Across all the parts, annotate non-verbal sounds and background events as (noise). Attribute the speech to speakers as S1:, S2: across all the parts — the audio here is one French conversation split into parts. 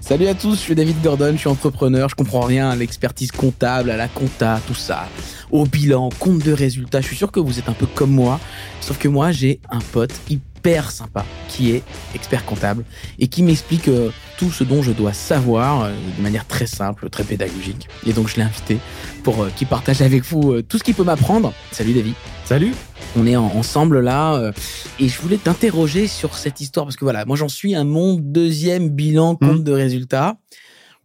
S1: Salut à tous, je suis David Gordon, je suis entrepreneur, je comprends rien à l'expertise comptable, à la compta, tout ça, au bilan, compte de résultats. Je suis sûr que vous êtes un peu comme moi, sauf que moi j'ai un pote hyper sympa qui est expert comptable et qui m'explique euh, tout ce dont je dois savoir euh, de manière très simple, très pédagogique. Et donc je l'ai invité pour euh, qu'il partage avec vous euh, tout ce qu'il peut m'apprendre. Salut David.
S2: Salut
S1: On est en- ensemble là euh, et je voulais t'interroger sur cette histoire parce que voilà, moi j'en suis à mon deuxième bilan
S2: Hmm.
S1: compte de résultats.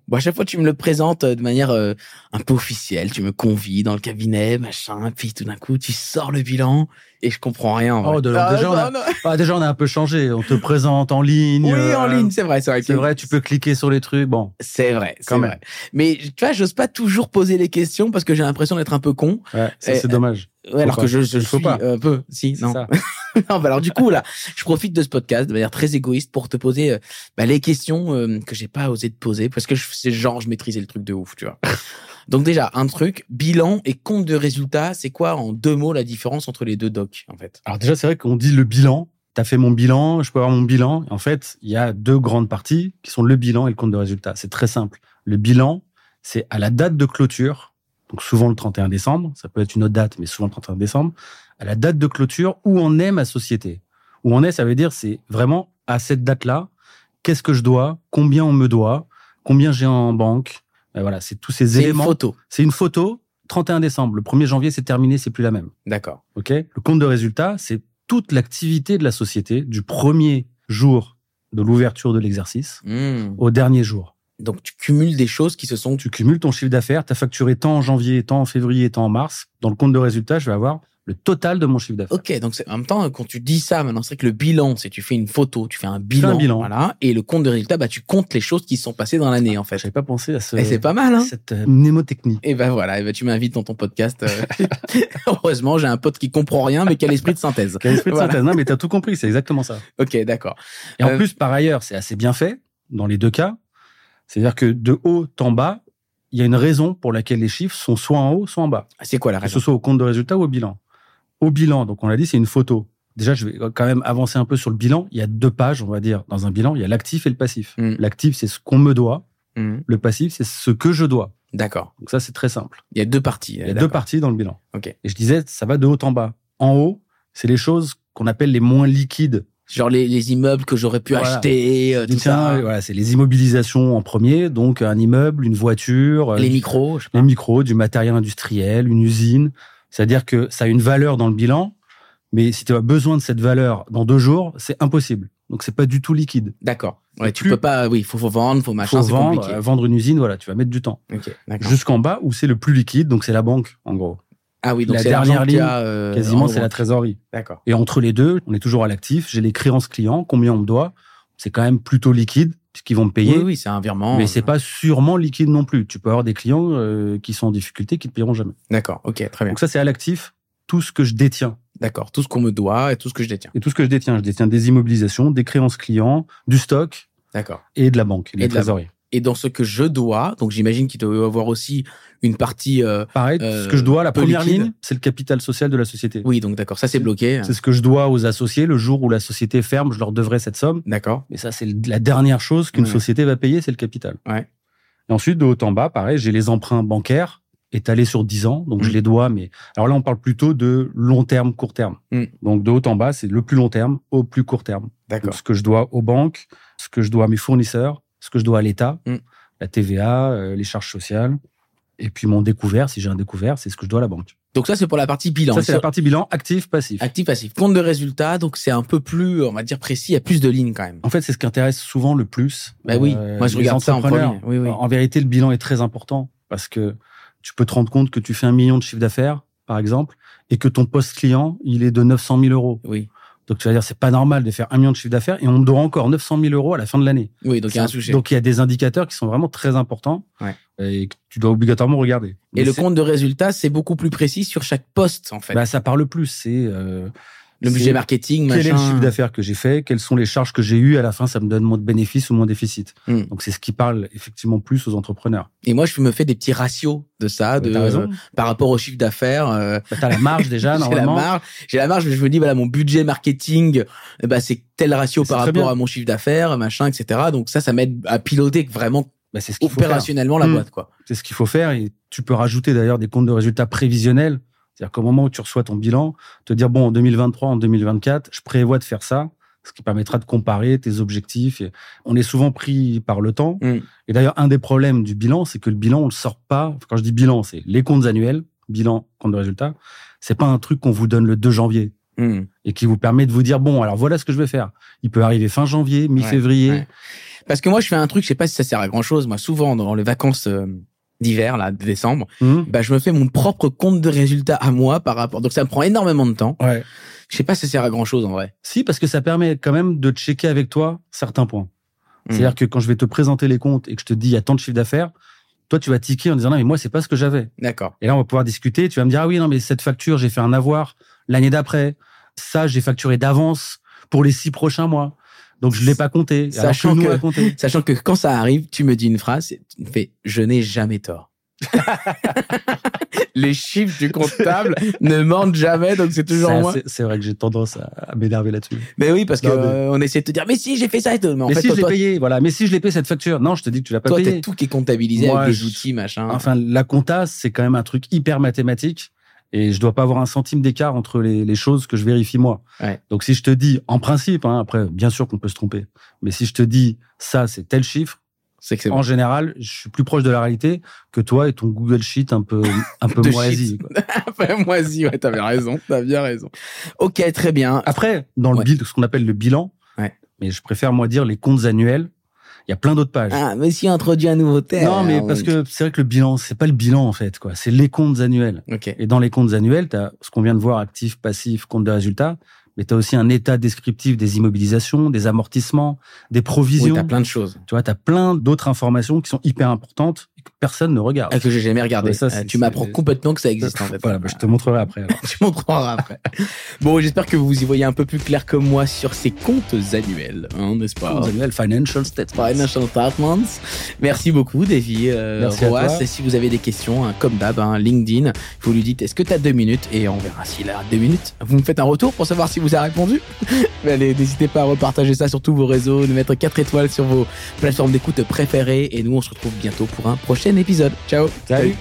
S1: Bon, à chaque fois, tu me le présentes euh, de manière euh, un peu officielle. Tu me convies dans le cabinet, machin. Puis tout d'un coup, tu sors le bilan et je comprends rien. en vrai.
S2: Oh, de- déjà, on a-
S1: non, non.
S2: Ah, Déjà, on a un peu changé. On te présente en ligne.
S1: Oui, en
S2: euh,
S1: ligne, c'est vrai, c'est vrai.
S2: C'est
S1: Puis-
S2: vrai, tu peux cliquer sur les trucs. Bon,
S1: C'est vrai, c'est
S2: Quand même.
S1: vrai. Mais tu vois, j'ose pas toujours poser les questions parce que j'ai l'impression d'être un peu con.
S2: ouais, ça,
S1: Eh,
S2: c'est dommage.
S1: Ouais, alors
S2: pas.
S1: que je, je
S2: Faut
S1: suis
S2: pas.
S1: un peu. Si,
S2: C'est
S1: euh, non.
S2: ça.
S1: (laughs) non, bah alors du coup là, je profite de ce podcast de manière très égoïste pour te poser euh, bah, les questions euh, que j'ai pas osé te poser parce que je- c'est genre je maîtrisais le truc de ouf, (laughs) tu vois. Donc déjà un truc bilan et compte de résultat, c'est quoi en deux mots la différence entre les deux docs en fait
S2: Alors, déjà, c'est vrai qu'on dit le bilan. Tu as fait mon bilan, je peux avoir mon bilan. En fait, il y a deux grandes parties qui sont le bilan et le compte de résultat. C'est très simple. Le bilan, c'est à la date de clôture, donc souvent le 31 décembre. Ça peut être une autre date, mais souvent le 31 décembre. À la date de clôture, où en est ma société Où en est, ça veut dire, c'est vraiment à cette date-là, qu'est-ce que je dois Combien on me doit Combien j'ai en banque Euh, Voilà, c'est tous ces
S1: C'est une
S2: éléments.
S1: photo,
S2: C'est une photo, 31 décembre. Le 1er janvier, c'est terminé, c'est plus la même.
S1: d'accord.
S2: OK Le compte de résultat, c'est toute l'activité de la société du premier jour de l'ouverture de l'exercice
S1: Hmm.
S2: au dernier jour.
S1: Donc tu cumules des choses qui se sont
S2: Tu cumules ton chiffre d'affaires, tu as facturé tant en janvier, tant en février, tant en mars. Dans le compte de résultat, je vais avoir le total de mon chiffre d'affaires.
S1: Ok, donc c'est- en même temps, quand tu dis ça, maintenant, c'est vrai que le bilan, c'est tu fais une photo, tu fais un bilan,
S2: bilan.
S1: voilà, et le compte de résultat, bah, tu comptes les choses qui se sont passées dans l'année, en fait.
S2: J'avais pas pensé à ce,
S1: Et c'est pas mal, hein
S2: cette euh, mnémotechnie.
S1: Et ben voilà, et ben tu m'invites dans ton podcast. euh. (laughs) Heureusement, j'ai un pote qui comprend rien, mais qui a l'esprit de synthèse.
S2: Quel esprit de
S1: Voilà.
S2: synthèse. Non, mais t'as tout compris, c'est exactement ça.
S1: Ok, d'accord.
S2: Et en
S1: Euh,
S2: plus, par ailleurs, c'est assez bien fait dans les deux cas. C'est-à-dire que de haut en bas, il y a une raison pour laquelle les chiffres sont soit en haut, soit en bas.
S1: C'est quoi la
S2: Que ce
S1: raison
S2: soit au compte de résultat ou au bilan. Au bilan, donc on l'a dit, c'est une photo. Déjà, je vais quand même avancer un peu sur le bilan. Il y a deux pages, on va dire, dans un bilan. Il y a l'actif et le passif.
S1: Mm.
S2: L'actif, c'est ce qu'on me doit.
S1: Mhm.
S2: Le passif, c'est ce que je dois.
S1: D'accord.
S2: Donc ça, c'est très simple.
S1: Il y a deux parties.
S2: Il y a deux parties dans le bilan.
S1: Ok.
S2: Et je disais, ça va de haut en bas. En haut, c'est les choses qu'on appelle les moins liquides
S1: Genre les, les immeubles que j'aurais pu
S2: Voilà.
S1: acheter, euh, tout
S2: Tiens,
S1: ça,
S2: euh, voilà, c'est les immobilisations en premier, donc un immeuble, une voiture, euh,
S1: les
S2: du-
S1: micros. je sais pas.
S2: les micros, du matériel industriel, une usine. C'est-à-dire que ça a une valeur dans le bilan, mais si tu as besoin de cette valeur dans deux jours, c'est impossible. Donc c'est pas du tout liquide.
S1: D'accord. Ouais,
S2: Et
S1: tu
S2: plus-
S1: peux pas. Oui, faut, faut vendre, faut machin,
S2: Faut
S1: c'est
S2: vendre,
S1: compliqué.
S2: euh, vendre une usine, voilà, tu vas mettre du temps.
S1: Ok, d'accord.
S2: Jusqu'en bas où c'est le plus liquide, donc c'est la banque en gros.
S1: Ah oui, donc
S2: la
S1: c'est l'argent
S2: dernière
S1: qu'il y a,
S2: ligne,
S1: euh, en
S2: Quasiment c'est la
S1: vente.
S2: trésorerie.
S1: D'accord.
S2: Et entre les deux, on est toujours à l'actif. J'ai les créances clients, combien on me doit. C'est quand même plutôt liquide puisqu'ils vont me payer.
S1: Oui, euh, oui, c'est un virement.
S2: Mais c'est pas sûrement liquide non plus. Tu peux avoir des clients euh, qui sont en difficulté qui te paieront jamais.
S1: D'accord, ok, très bien.
S2: Donc ça, c'est à l'actif tout ce que je détiens.
S1: D'accord, tout ce qu'on me doit et tout ce que je détiens.
S2: Et tout ce que je détiens, je détiens des immobilisations, des créances clients, du stock
S1: D'accord.
S2: et de la banque, et de
S1: Et
S2: la
S1: de la
S2: trésorerie.
S1: Et dans ce que je dois, donc j'imagine qu'il doit y avoir aussi une partie. euh,
S2: Pareil,
S1: Euh,
S2: ce que je dois, la
S1: peu
S2: première
S1: liquide.
S2: ligne, c'est le capital social de la société.
S1: Oui, donc d'accord, ça c'est bloqué.
S2: C'est ce que je dois aux associés. Le jour où la société ferme, je leur devrai cette somme.
S1: D'accord.
S2: Mais ça, c'est la dernière chose qu'une
S1: Ouais.
S2: société va payer, c'est le capital.
S1: Ouais.
S2: Et ensuite, de haut en bas, pareil, j'ai les emprunts bancaires étalés sur 10 ans, donc
S1: Mm.
S2: je les dois, mais alors là, on parle plutôt de long terme, court terme.
S1: Mm.
S2: Donc de haut en bas, c'est le plus long terme au plus court terme. Donc,
S1: D'accord.
S2: ce que je dois aux banques, ce que je dois à mes fournisseurs, ce que je dois à l'État,
S1: Mm.
S2: la TVA, euh, les charges sociales. Et puis mon découvert, si j'ai un découvert, c'est ce que je dois à la banque.
S1: Donc ça c'est pour la partie bilan.
S2: ça, c'est la partie bilan actif, passif.
S1: Actif, passif. Compte de résultat, donc c'est un peu plus, on va dire précis, il y a plus de lignes quand même.
S2: En fait, c'est ce qui intéresse souvent le plus.
S1: Bah oui,
S2: euh,
S1: moi je
S2: les
S1: regarde ça en
S2: entrepreneurs.
S1: premier. Oui, oui.
S2: En vérité, le bilan est très important parce que tu peux te rendre compte que tu fais un million de chiffre d'affaires, par exemple, et que ton poste client, il est de 900 000 euros.
S1: Oui,
S2: Donc tu vas dire, c'est pas normal de faire un million de chiffre d'affaires et on me doit encore 900 000 euros à la fin de l'année.
S1: oui, donc il y a un sujet.
S2: Donc il y a des indicateurs qui sont vraiment très importants
S1: Ouais.
S2: et que tu dois obligatoirement regarder. Mais
S1: et le
S2: c'est-
S1: compte de résultat, c'est beaucoup plus précis sur chaque poste en fait.
S2: bah, ça parle plus. C'est euh,
S1: Le budget
S2: C'est-
S1: marketing,
S2: Quel est le chiffre
S1: machin.
S2: d'affaires que j'ai fait Quelles sont les charges que j'ai eues À la fin, ça me donne moins de bénéfices ou moins de déficits.
S1: Hmm.
S2: Donc, c'est ce qui parle effectivement plus aux entrepreneurs.
S1: Et moi, je me fais des petits ratios de ça, de,
S2: T'as
S1: (laughs)
S2: raison.
S1: par rapport au chiffre d'affaires. euh,
S2: Bah, T'as la marge
S1: (laughs)
S2: déjà,
S1: j'ai la
S2: normalement.
S1: marge, j'ai la marge, mais je me dis voilà mon budget marketing, eh ben, c'est tel ratio
S2: C'est
S1: par
S2: très
S1: rapport
S2: bien.
S1: à mon chiffre d'affaires, machin, etc. Donc ça, ça m'aide à piloter vraiment
S2: Bah, c'est ce qu'il faut faire.
S1: opérationnellement la
S2: Mm.
S1: boîte, quoi.
S2: C'est ce qu'il faut faire. Et tu peux rajouter d'ailleurs des comptes de résultats prévisionnels. C'est-à-dire qu'au moment où tu reçois ton bilan, te dire, bon, en 2023, en 2024, je prévois de faire ça, ce qui permettra de comparer tes objectifs. Et on est souvent pris par le temps.
S1: Mm.
S2: Et d'ailleurs, un des problèmes du bilan, c'est que le bilan, on le sort pas. Enfin, Quand je dis bilan, c'est les comptes annuels, bilan, compte de résultat. C'est pas un truc qu'on vous donne le 2 janvier
S1: Mm.
S2: et qui vous permet de vous dire, bon, alors voilà ce que je vais faire. Il peut arriver fin janvier, mi-février.
S1: ouais. Parce que moi, je fais un truc, je sais pas si ça sert à grand chose. Moi, souvent dans les vacances euh, d'hiver, là, de décembre,
S2: Mhm.
S1: bah je me fais mon propre compte de résultats à moi par rapport. Donc ça me prend énormément de temps.
S2: ouais.
S1: Je sais pas si ça sert à grand chose en vrai.
S2: Si, parce que ça permet quand même de checker avec toi certains points. Mm.
S1: Mm.
S2: C'est-à-dire que quand je vais te présenter les comptes et que je te dis il y a tant de chiffre d'affaires, toi tu vas tiquer en disant non mais moi c'est pas ce que j'avais.
S1: D'accord.
S2: Et là on va pouvoir discuter. Tu vas me dire ah oui non mais cette facture j'ai fait un avoir l'année d'après. Ça j'ai facturé d'avance pour les six prochains mois. Donc je l'ai pas compté. alors
S1: Sachant
S2: nous,
S1: que-
S2: on l'a compté.
S1: Sachant que quand ça arrive, tu me dis une phrase, et tu me fais je n'ai jamais tort. (laughs) les chiffres du comptable ne mentent jamais, donc c'est (laughs) toujours
S2: Ça,
S1: moi.
S2: c'est- C'est vrai que j'ai tendance à, à m'énerver là-dessus.
S1: Mais oui, parce que
S2: Non, mais-
S1: euh, on essaie de te dire mais si j'ai fait ça et tout. Mais en
S2: Mais
S1: fait,
S2: si
S1: toi,
S2: je l'ai
S1: toi,
S2: payé, voilà. Mais si je l'ai payé cette facture, non je te dis que tu l'as pas
S1: toi,
S2: payé.
S1: t'as tout qui est comptabilisé
S2: Moi,
S1: avec des
S2: je-
S1: outils, machin.
S2: Enfin, la compta, c'est quand même un truc hyper mathématique et je dois pas avoir un centime d'écart entre les, les choses que je vérifie moi.
S1: Ouais.
S2: Donc, si je te dis, en principe, hein, après, bien sûr qu'on peut se tromper, mais si je te dis ça, c'est tel chiffre,
S1: c'est que c'est bon.
S2: en général, je suis plus proche de la réalité que toi et ton Google Sheet
S1: (laughs)
S2: un peu, un peu
S1: De
S2: moisi. quoi.
S1: Enfin, moisi, (laughs) ouais, t'avais raison, t'as bien raison. Ah, Ok, très bien.
S2: Après, dans le
S1: Ouais.
S2: bill- ce qu'on appelle le bilan,
S1: Ouais.
S2: mais je préfère, moi, dire les comptes annuels, il y a plein d'autres pages.
S1: Ah, monsieur introduit un nouveau terme. Ah,
S2: non, mais parce que c'est vrai que le bilan, c'est pas le bilan, en fait, quoi. C'est les comptes annuels.
S1: Ok.
S2: Et dans les comptes annuels, tu as ce qu'on vient de voir, actif, passif, compte de résultat, mais tu as aussi un état descriptif des immobilisations, des amortissements, des
S1: Oui,
S2: provisions.
S1: t'as plein de choses
S2: Tu vois, tu as plein d'autres informations qui sont hyper importantes et que personne ne regarde.
S1: ah, que j'ai jamais regardé.
S2: Ouais, ça, c'est-
S1: tu m'apprends
S2: c'est-
S1: complètement que ça existe en fait.
S2: Voilà, bah, je te montrerai après. alors.
S1: tu m'en croiras après. Bon, j'espère que vous y voyez un peu plus clair que moi sur ces comptes annuels, hein, n'est-ce pas
S2: Comptes annuels, financial statements.
S1: Financial Statements. Merci beaucoup, Davy. euh,
S2: Merci à
S1: Roas.
S2: toi.
S1: Et si vous avez des questions, hein, comme d'hab, hein, LinkedIn, vous lui dites est-ce que tu as deux minutes Et on verra s'il a deux minutes. Vous me faites un retour pour savoir si vous a répondu. (laughs) Mais allez, n'hésitez pas à repartager ça sur tous vos réseaux, de mettre 4 étoiles sur vos plateformes d'écoute préférées. Et nous, on se retrouve bientôt pour un prochain épisode. Ciao
S2: Salut.